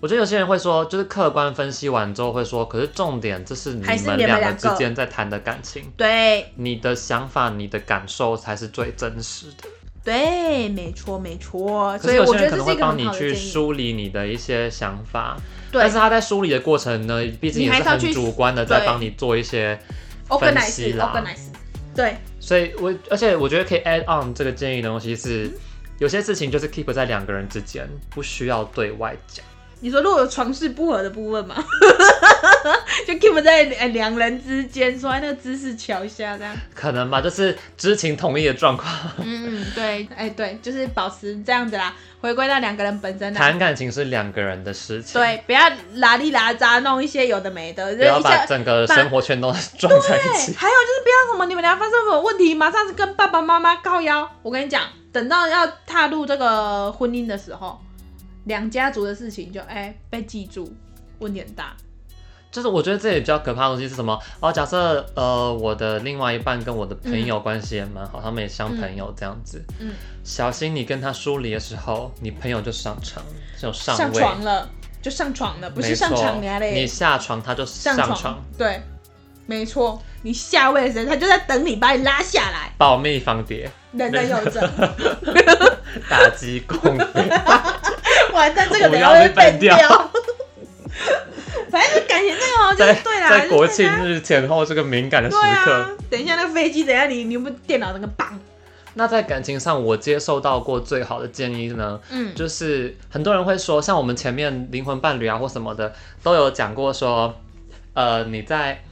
Speaker 1: 我觉得有些人会说，就是客观分析完之后会说，可是重点这是你
Speaker 2: 还是你
Speaker 1: 们
Speaker 2: 们
Speaker 1: 两个
Speaker 2: 两
Speaker 1: 之
Speaker 2: 个
Speaker 1: 间在谈的感情，
Speaker 2: 对，
Speaker 1: 你的想法、你的感受才是最真实的。
Speaker 2: 对，没错，没错。
Speaker 1: 可
Speaker 2: 啊所
Speaker 1: 是
Speaker 2: 以
Speaker 1: 有
Speaker 2: 我
Speaker 1: 些
Speaker 2: 觉
Speaker 1: 人
Speaker 2: 得
Speaker 1: 可能会
Speaker 2: 这是一个
Speaker 1: 帮
Speaker 2: 很
Speaker 1: 你
Speaker 2: 好的
Speaker 1: 去
Speaker 2: 建议。
Speaker 1: 梳理你的一些想法，
Speaker 2: 对
Speaker 1: 但是他在梳理的过程呢，毕竟
Speaker 2: 你
Speaker 1: 也
Speaker 2: 还
Speaker 1: 是
Speaker 2: 是要
Speaker 1: 很
Speaker 2: 去
Speaker 1: 主观的在
Speaker 2: 对
Speaker 1: 帮你做一些分析啦
Speaker 2: ，organize，organize，对，
Speaker 1: 所以我，而且我觉得可以 add on 这个建议的东西
Speaker 2: 嗯
Speaker 1: 是，有些事情就是 keep 在两个人之间，不需要对外讲。
Speaker 2: 你说如果有床事不合的部分嘛， 就 keep 在呃两人之间说哎那个姿势瞧一下这样。
Speaker 1: 可能吧，就是知情同意的状 况。
Speaker 2: 嗯，对，哎、对，就是保持这样子啦，回归到两个人本身啦。
Speaker 1: 谈感情是两个人的事情，，
Speaker 2: 对，不要拉里拉扎弄一些有的没的，
Speaker 1: 不要
Speaker 2: 一下
Speaker 1: 把整个
Speaker 2: 把
Speaker 1: 生活圈都撞在一
Speaker 2: 对，
Speaker 1: 起。
Speaker 2: 还有就是不要什么你们俩发生什么问题，马上跟爸爸妈妈告腰。我跟你讲，等到要踏入这个婚姻的时候，两家族的事情就哎、被记住，问题很大。
Speaker 1: 就是我觉得这里比较可怕的东西是什么？哦，假设呃我的另外一半跟我的朋友关系也蛮好，他们也像朋友这样子。
Speaker 2: 嗯，
Speaker 1: 小心你跟他疏离的时候，你朋友就上床，就上
Speaker 2: 上
Speaker 1: 位。
Speaker 2: 床了就上床了，不是
Speaker 1: 没
Speaker 2: 上
Speaker 1: 错
Speaker 2: 床呀
Speaker 1: 你
Speaker 2: 嘞，
Speaker 1: 下床他就上
Speaker 2: 上对，没错，你下位的时候他就在等你把你拉下来，
Speaker 1: 保密防谍，
Speaker 2: 人人有责。
Speaker 1: 打击 共匪。
Speaker 2: 完蛋，这个等
Speaker 1: 我
Speaker 2: 下
Speaker 1: 要
Speaker 2: 会
Speaker 1: 被 ban
Speaker 2: 被
Speaker 1: 掉
Speaker 2: 掉。反正就感情这个哦，就
Speaker 1: 在
Speaker 2: 是对啦，
Speaker 1: 在
Speaker 2: 就是
Speaker 1: 国
Speaker 2: 大
Speaker 1: 庆
Speaker 2: 家
Speaker 1: 日前后这个敏感的时
Speaker 2: 对
Speaker 1: 刻，
Speaker 2: 啊，等一下那个飞机，等一下你你们电脑那个绑，
Speaker 1: 那在感情上我接受到过最好的建议呢，
Speaker 2: 嗯，
Speaker 1: 就是很多人会说，像我们前面灵魂伴侣啊或什么的，都有讲过说，呃，你在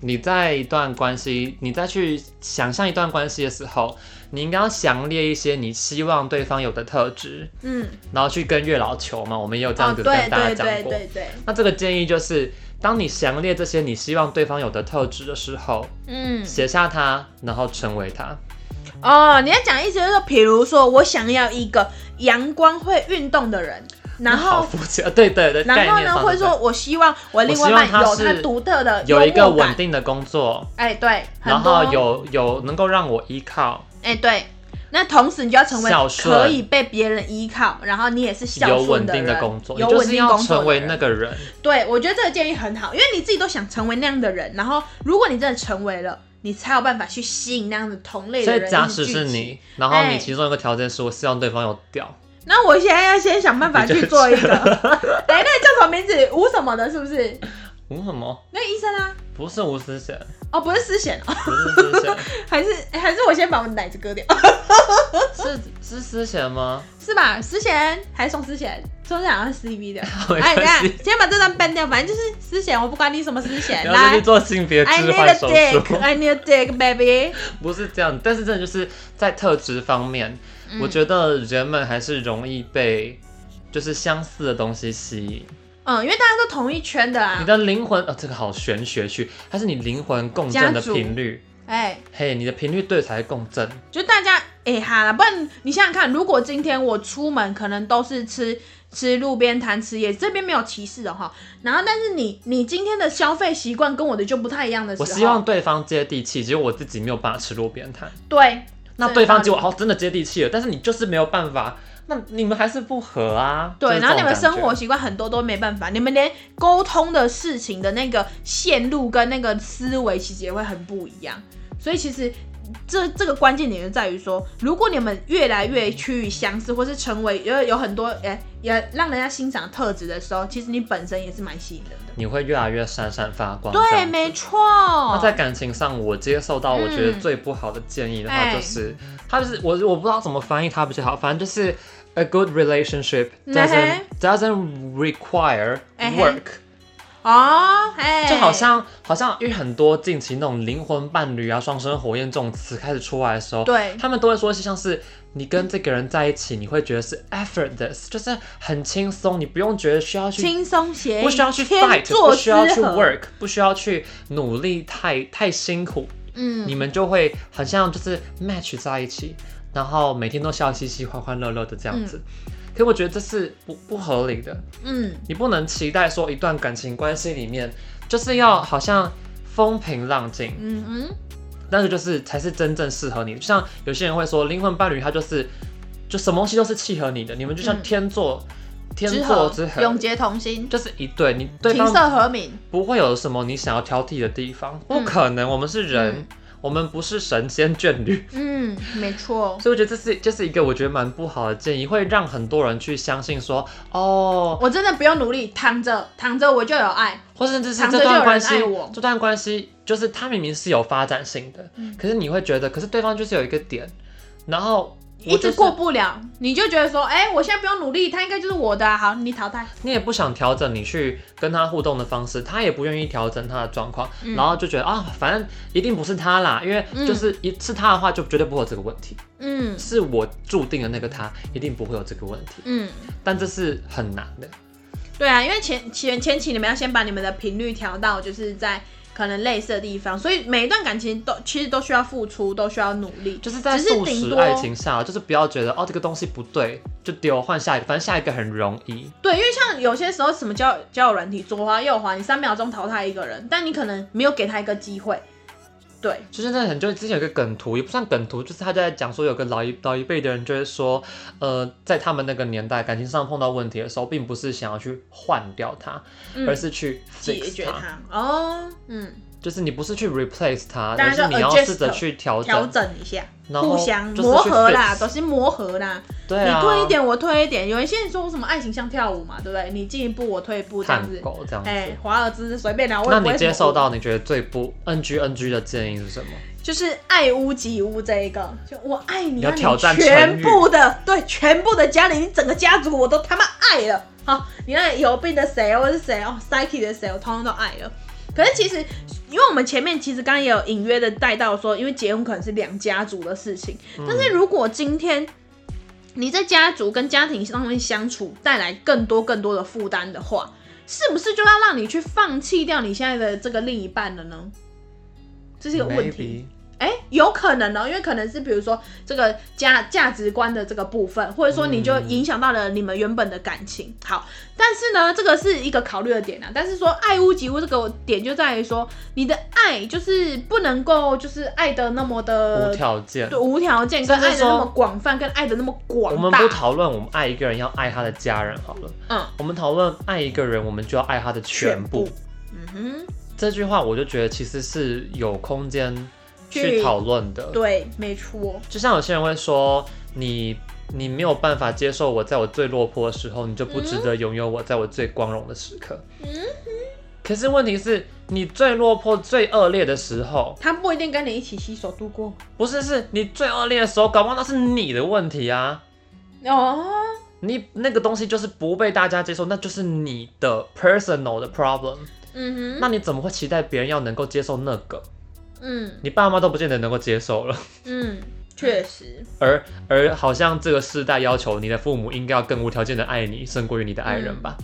Speaker 1: 你在一段关系，你再去想象一段关系的时候，你应该要详列一些你希望对方有的特质，
Speaker 2: 嗯，
Speaker 1: 然后去跟月老求嘛。我们也有这
Speaker 2: 哦，
Speaker 1: 样
Speaker 2: 对
Speaker 1: 子跟大家
Speaker 2: 对
Speaker 1: 讲
Speaker 2: 对
Speaker 1: 过。
Speaker 2: 对对，
Speaker 1: 那这个建议就是，当你详列这些你希望对方有的特质的时候，
Speaker 2: 嗯，
Speaker 1: 写下它，然后成为它。
Speaker 2: 哦，你要讲意思就是说，比如说我想要一个阳光会运动的人，然
Speaker 1: 好
Speaker 2: 后
Speaker 1: 肤浅，呃对对对，概
Speaker 2: 然后
Speaker 1: 念
Speaker 2: 呢
Speaker 1: 上
Speaker 2: 会
Speaker 1: 是这样
Speaker 2: 说我希望我另
Speaker 1: 我
Speaker 2: 外
Speaker 1: 希
Speaker 2: 一
Speaker 1: 望
Speaker 2: 半
Speaker 1: 他
Speaker 2: 有
Speaker 1: 是
Speaker 2: 他独特的
Speaker 1: 有一个
Speaker 2: 幽默感
Speaker 1: 稳，定的工作，
Speaker 2: 哎对，
Speaker 1: 然
Speaker 2: 很多
Speaker 1: 后有有能够让我依靠，
Speaker 2: 哎对。那同时，你就要成为
Speaker 1: 孝顺
Speaker 2: 可以被别人依靠，然后你也是孝
Speaker 1: 有
Speaker 2: 顺
Speaker 1: 稳
Speaker 2: 的人，
Speaker 1: 定的工作，
Speaker 2: 有
Speaker 1: 你就
Speaker 2: 稳
Speaker 1: 是
Speaker 2: 定
Speaker 1: 要
Speaker 2: 工作
Speaker 1: 成
Speaker 2: 的
Speaker 1: 为
Speaker 2: 人
Speaker 1: 那个人。
Speaker 2: 对，我觉得这个建议很好，因为你自己都想成为那样的人，然后如果你真的成为了，你才有办法去吸引那样的同类
Speaker 1: 所
Speaker 2: 的
Speaker 1: 以
Speaker 2: 人。
Speaker 1: 假使是，你，然后
Speaker 2: 哎
Speaker 1: 你其中一个条件是我希望对方有屌，
Speaker 2: 那我现在要先想办法
Speaker 1: 你就
Speaker 2: 去做一
Speaker 1: 是
Speaker 2: 个。 哎，那个叫什么名字？吴什么的，是不是？
Speaker 1: 嗯什么？
Speaker 2: 那个医生啊？
Speaker 1: 不是吴思贤，
Speaker 2: 哦，不是思贤哦，
Speaker 1: 不是思 贤，
Speaker 2: 还是还是我先把我的奶子割掉，
Speaker 1: 是是思贤吗？
Speaker 2: 是吧？思贤还是宋思贤？宋思贤好像 是 CV 的。
Speaker 1: 没
Speaker 2: 哎，等
Speaker 1: 关
Speaker 2: 一下
Speaker 1: 系，，
Speaker 2: 先把这段搬掉，反正就是思贤，我不管你什么思贤，
Speaker 1: 然后就
Speaker 2: 来
Speaker 1: 去做性别置
Speaker 2: ，I
Speaker 1: 换
Speaker 2: need
Speaker 1: 手
Speaker 2: a
Speaker 1: 术
Speaker 2: 哎 dick,，I need a dick, baby。
Speaker 1: 不是这样。但是真的就是在特质方面，我
Speaker 2: 得，
Speaker 1: 觉得人们还是容易被就是相似的东西吸引。
Speaker 2: 嗯，因为大家都同一圈的啊
Speaker 1: 你。的灵魂，呃，这个好玄学去，它是你灵魂共振的频率，
Speaker 2: 哎，
Speaker 1: 嘿，你的频率对才共振，
Speaker 2: 就大家哎、哈啦，不然你想想看，如果今天我出门可能都是吃吃路边摊吃也这边没有歧视的哈。然后，但是你你今天的消费习惯跟我的就不太一样的时
Speaker 1: 我
Speaker 2: 候，
Speaker 1: 希望对方接地气，结果我自己没有办法吃路边摊，
Speaker 2: 对
Speaker 1: 那
Speaker 2: 对
Speaker 1: 对方
Speaker 2: 道理
Speaker 1: 结果好真的接地气了，但是你就是没有办法，那你们还是不合啊。
Speaker 2: 对，
Speaker 1: 就是这
Speaker 2: 然后
Speaker 1: 种
Speaker 2: 你们
Speaker 1: 感觉
Speaker 2: 生活习惯很多都没办法，你们连沟通的事情的那个线路跟那个思维其实也会很不一样，所以其实。这这个关键点就在于说，如果你们越来越趋于相似，或是成为有有很多诶也让人家欣赏特质的时候，其实你本身也是蛮吸引人的。
Speaker 1: 你会越来越闪闪发光。这
Speaker 2: 对，
Speaker 1: 样子
Speaker 2: 没错。
Speaker 1: 那在感情上，我接受到我觉得
Speaker 2: 嗯
Speaker 1: 最不好的建议的话，
Speaker 2: 哎
Speaker 1: 就是、它就是我我不知道怎么翻译它比较好，反正就是 a good relationship
Speaker 2: 嗯
Speaker 1: doesn't
Speaker 2: 哼
Speaker 1: doesn't require
Speaker 2: 嗯哼
Speaker 1: work，、
Speaker 2: 哦，哎，
Speaker 1: 就好像好像因为很多近期那种灵魂伴侣啊、双生火焰这种词开始出来的时候，
Speaker 2: 对
Speaker 1: 他们都会说是像是你跟这个人在一起，你会觉得是 effortless，就是很轻松，你不用觉得需要去。
Speaker 2: 轻松协议，
Speaker 1: 不需要去
Speaker 2: 天
Speaker 1: fight，
Speaker 2: 作
Speaker 1: 不需要
Speaker 2: 之
Speaker 1: 去
Speaker 2: 合嗯
Speaker 1: work，不需要去努力太太辛苦，
Speaker 2: 嗯，
Speaker 1: 你们就会很像就是 match 在一起，然后每天都笑嘻嘻、欢欢乐乐的这样子。可我觉得这是不不合理的，
Speaker 2: 嗯，
Speaker 1: 你不能期待说一段感情关系里面就是要好像风平浪静，
Speaker 2: 嗯嗯，
Speaker 1: 那个就是才是真正适合你。就像有些人会说，灵魂伴侣他就是就什么东西都是契合你的，你们就像
Speaker 2: 嗯
Speaker 1: 天作、天
Speaker 2: 之
Speaker 1: 作
Speaker 2: 合
Speaker 1: 之合，
Speaker 2: 永结同心，
Speaker 1: 就是一对，你对
Speaker 2: 琴
Speaker 1: 方
Speaker 2: 瑟和鸣，
Speaker 1: 不会有什么你想要挑剔的地方，不
Speaker 2: 嗯
Speaker 1: 可能，我们是人。
Speaker 2: 嗯
Speaker 1: 我们不是神仙眷侣，
Speaker 2: 嗯，没错。
Speaker 1: 所以我觉得这是这是一个我觉得蛮不好的建议，会让很多人去相信说，哦，
Speaker 2: 我真的不用努力，躺着躺着我就有爱。
Speaker 1: 或甚至是
Speaker 2: 躺着
Speaker 1: 这段
Speaker 2: 就有
Speaker 1: 关
Speaker 2: 人
Speaker 1: 系
Speaker 2: 爱我，
Speaker 1: 这段关系就是它明明是有发展性的，
Speaker 2: 嗯
Speaker 1: 可是你会觉得，可是对方就是有一个点，然后我
Speaker 2: 一
Speaker 1: 就
Speaker 2: 直
Speaker 1: 是
Speaker 2: 过不了，你就觉得说，哎、我现在不用努力，他应该就是我的啊、好，你淘汰。
Speaker 1: 你也不想调整你去跟他互动的方式，他也不愿意调整他的状况，
Speaker 2: 嗯
Speaker 1: 然后就觉得啊，反正一定不是他啦，因为
Speaker 2: 嗯
Speaker 1: 就是一是他的话，就绝对不会有这个问题，
Speaker 2: 嗯
Speaker 1: 是我注定的那个他，一定不会有这个问题，
Speaker 2: 嗯，
Speaker 1: 但这是很难的。
Speaker 2: 对啊，因为前前前期你们要先把你们的频率调到，就是在可能类似的地方，所以每一段感情都其实都需要付出，都需要努力。
Speaker 1: 就是在
Speaker 2: 只是
Speaker 1: 素
Speaker 2: 顶
Speaker 1: 食
Speaker 2: 多
Speaker 1: 爱情下，就是不要觉得哦这个东西不对就丢换下一个，反正下一个很容易。
Speaker 2: 对，因为像有些时候什么交交友软体左滑右滑，你三秒钟淘汰一个人，但你可能没有给他一个机会。对，
Speaker 1: 就是在很久之前有一个梗图，也不算梗图，就是他就在讲说有个老一老一辈的人就会说，呃，在他们那个年代感情上碰到问题的时候，并不是想要去换掉它，
Speaker 2: 嗯
Speaker 1: 而是去
Speaker 2: 解
Speaker 1: fix
Speaker 2: 决
Speaker 1: 它。
Speaker 2: 它。哦，嗯，
Speaker 1: 就是你不是去 replace 它，
Speaker 2: 当
Speaker 1: 而
Speaker 2: 然就是
Speaker 1: 你要
Speaker 2: adjust
Speaker 1: 试着去调
Speaker 2: 调
Speaker 1: 整，
Speaker 2: 整一下，
Speaker 1: 然后
Speaker 2: 互相
Speaker 1: 就是
Speaker 2: 磨
Speaker 1: 去
Speaker 2: 合
Speaker 1: fix
Speaker 2: 啦，都是磨合啦。
Speaker 1: 对
Speaker 2: 你
Speaker 1: 啊，
Speaker 2: 退一点，我退一点。有一些人说什么爱情像跳舞嘛，对不对？你进一步，我退一步，这样
Speaker 1: 探
Speaker 2: 子。
Speaker 1: 狗这样子。
Speaker 2: 哎，华尔兹随便啦，我
Speaker 1: 那
Speaker 2: 也不会
Speaker 1: 你
Speaker 2: 什么
Speaker 1: 接受到你觉得最不 NG NG 的建议是什么？
Speaker 2: 就是爱屋及乌这一个，就我爱你，
Speaker 1: 你要
Speaker 2: 那
Speaker 1: 挑战
Speaker 2: 全
Speaker 1: 成语
Speaker 2: 部的，对，全部的家里，你整个家族我都他妈爱了。好，你那有病的谁，或是谁哦，psyche 的谁，我通通都爱了。可是其实，因为我们前面其实刚刚也有隐约的带到说，因为结婚可能是两家族的事情，
Speaker 1: 嗯
Speaker 2: 但是如果今天你在家族跟家庭上面相处带来更多更多的负担的话，是不是就要让你去放弃掉你现在的这个另一半了呢？这是一个问题。哎、有可能哦、因为可能是比如说这个价价值观的这个部分，或者说你就影响到了你们原本的感情。好，但是呢，这个是一个考虑的点啊。但是说爱屋及乌这个点就在于说，你的爱就是不能够就是爱的那么
Speaker 1: Maybe
Speaker 2: 的
Speaker 1: 无条件
Speaker 2: 对。无条件，
Speaker 1: 甚
Speaker 2: 跟
Speaker 1: 至
Speaker 2: 爱的那
Speaker 1: 说
Speaker 2: 么广泛，跟爱的那么广
Speaker 1: 我
Speaker 2: 大。
Speaker 1: 们不讨论我们爱一个人要爱他的家人好了，
Speaker 2: 嗯，
Speaker 1: 我们讨论爱一个人，我们就要爱他的全部。
Speaker 2: 全部嗯
Speaker 1: 这句话我就觉得其实是有空间
Speaker 2: 去
Speaker 1: 去讨论的
Speaker 2: 哼，。对，没错，
Speaker 1: 就像有些人会说，你你没有办法接受我在我最落魄的时候，你就不值得拥有我在我最光荣的时刻。
Speaker 2: 嗯
Speaker 1: 可是问题是你最落魄、最恶劣的时候，
Speaker 2: 他不一定跟你一起携手度过。
Speaker 1: 不是是你最恶劣的时候，搞不好那是你的问题啊。
Speaker 2: 哦，
Speaker 1: 你那个东西就是不被大家接受，那就是你的 personal 的 problem。
Speaker 2: 嗯哼，
Speaker 1: 那你怎么会期待别人要能够接受那个？
Speaker 2: 嗯
Speaker 1: 你爸妈都不见得能够接受了，
Speaker 2: 嗯，确实。
Speaker 1: 而而好像这个世代要求你的父母应该要更无条件的爱你，胜过于你的爱人
Speaker 2: 嗯
Speaker 1: 吧？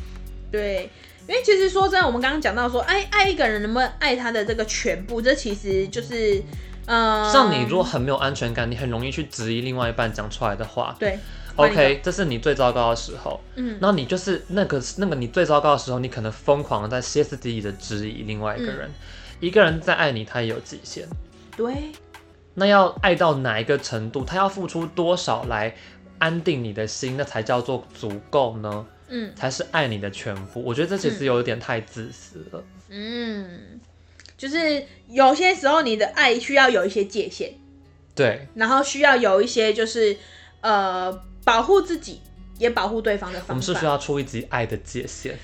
Speaker 2: 对，因为其实说真的，我们刚刚讲到说，爱爱一个人能不能爱他的这个全部，这其实就是，呃，
Speaker 1: 像你如果很没有安全感，你很容易去质疑另外一半讲出来的话。
Speaker 2: 对，换一个
Speaker 1: OK，这是你最糟糕的时候。
Speaker 2: 嗯，
Speaker 1: 那你就是那个那个你最糟糕的时候，你可能疯狂的在歇斯底里的质疑另外一个人。
Speaker 2: 嗯
Speaker 1: 一个人再爱你，他也有极限。
Speaker 2: 对，
Speaker 1: 那要爱到哪一个程度，他要付出多少来安定你的心，那才叫做足够呢？
Speaker 2: 嗯
Speaker 1: 才是爱你的全部。我觉得这其实有点太自私了。
Speaker 2: 嗯，就是有些时候你的爱需要有一些界限，
Speaker 1: 对，
Speaker 2: 然后需要有一些就是，呃，保护自己。也保护对方的
Speaker 1: 我
Speaker 2: 方
Speaker 1: 们是不是
Speaker 2: 法，
Speaker 1: 要出一集爱的界限？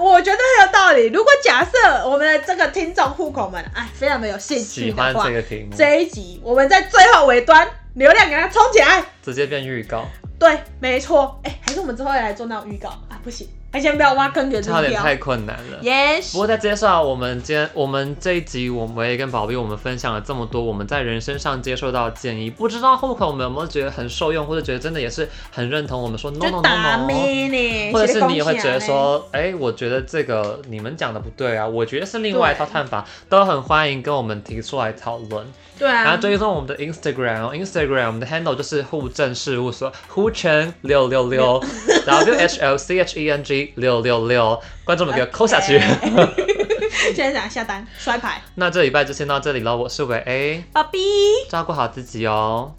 Speaker 2: 我觉得很有道理。如果假设我们的这个听众户口们，哎，非常的有兴趣
Speaker 1: 喜
Speaker 2: 的
Speaker 1: 欢
Speaker 2: 话
Speaker 1: 这，个题目，
Speaker 2: 这一集我们在最后尾端流量给它冲起来，
Speaker 1: 直接变预告，
Speaker 2: 对，没错。哎、还是我们之后也来做那种预告啊？不行，还先不要挖坑给自
Speaker 1: 这有
Speaker 2: 己
Speaker 1: 点
Speaker 2: 跳
Speaker 1: 太。困难了。不
Speaker 2: Yes，
Speaker 1: 过在介绍我们今天我们这一集，我们也跟宝贝我们分享了这么多我们在人身上接受到的建议，不知道户口们有没有觉得很受用，或者觉得真的也是很认同我们说 no
Speaker 2: 就
Speaker 1: no no
Speaker 2: 打
Speaker 1: no，
Speaker 2: 咩呢？
Speaker 1: 或者是你也
Speaker 2: 啊
Speaker 1: 会觉得说，哎、我觉得这个你们讲的不对啊，我觉得是另外一套看法，都很欢迎跟我们提出来讨论。
Speaker 2: 对
Speaker 1: 然
Speaker 2: 啊
Speaker 1: 后，追踪我们的 Instagram，Instagram 我们的 handle 就是户政事务所户成六六六 W H L C H E N G 六六六，观众们给我扣下去。
Speaker 2: 现在想下单摔牌，啊
Speaker 1: 那这礼拜就先到这里了，我是伟 A，
Speaker 2: 爸比。
Speaker 1: 照顾好自己哦。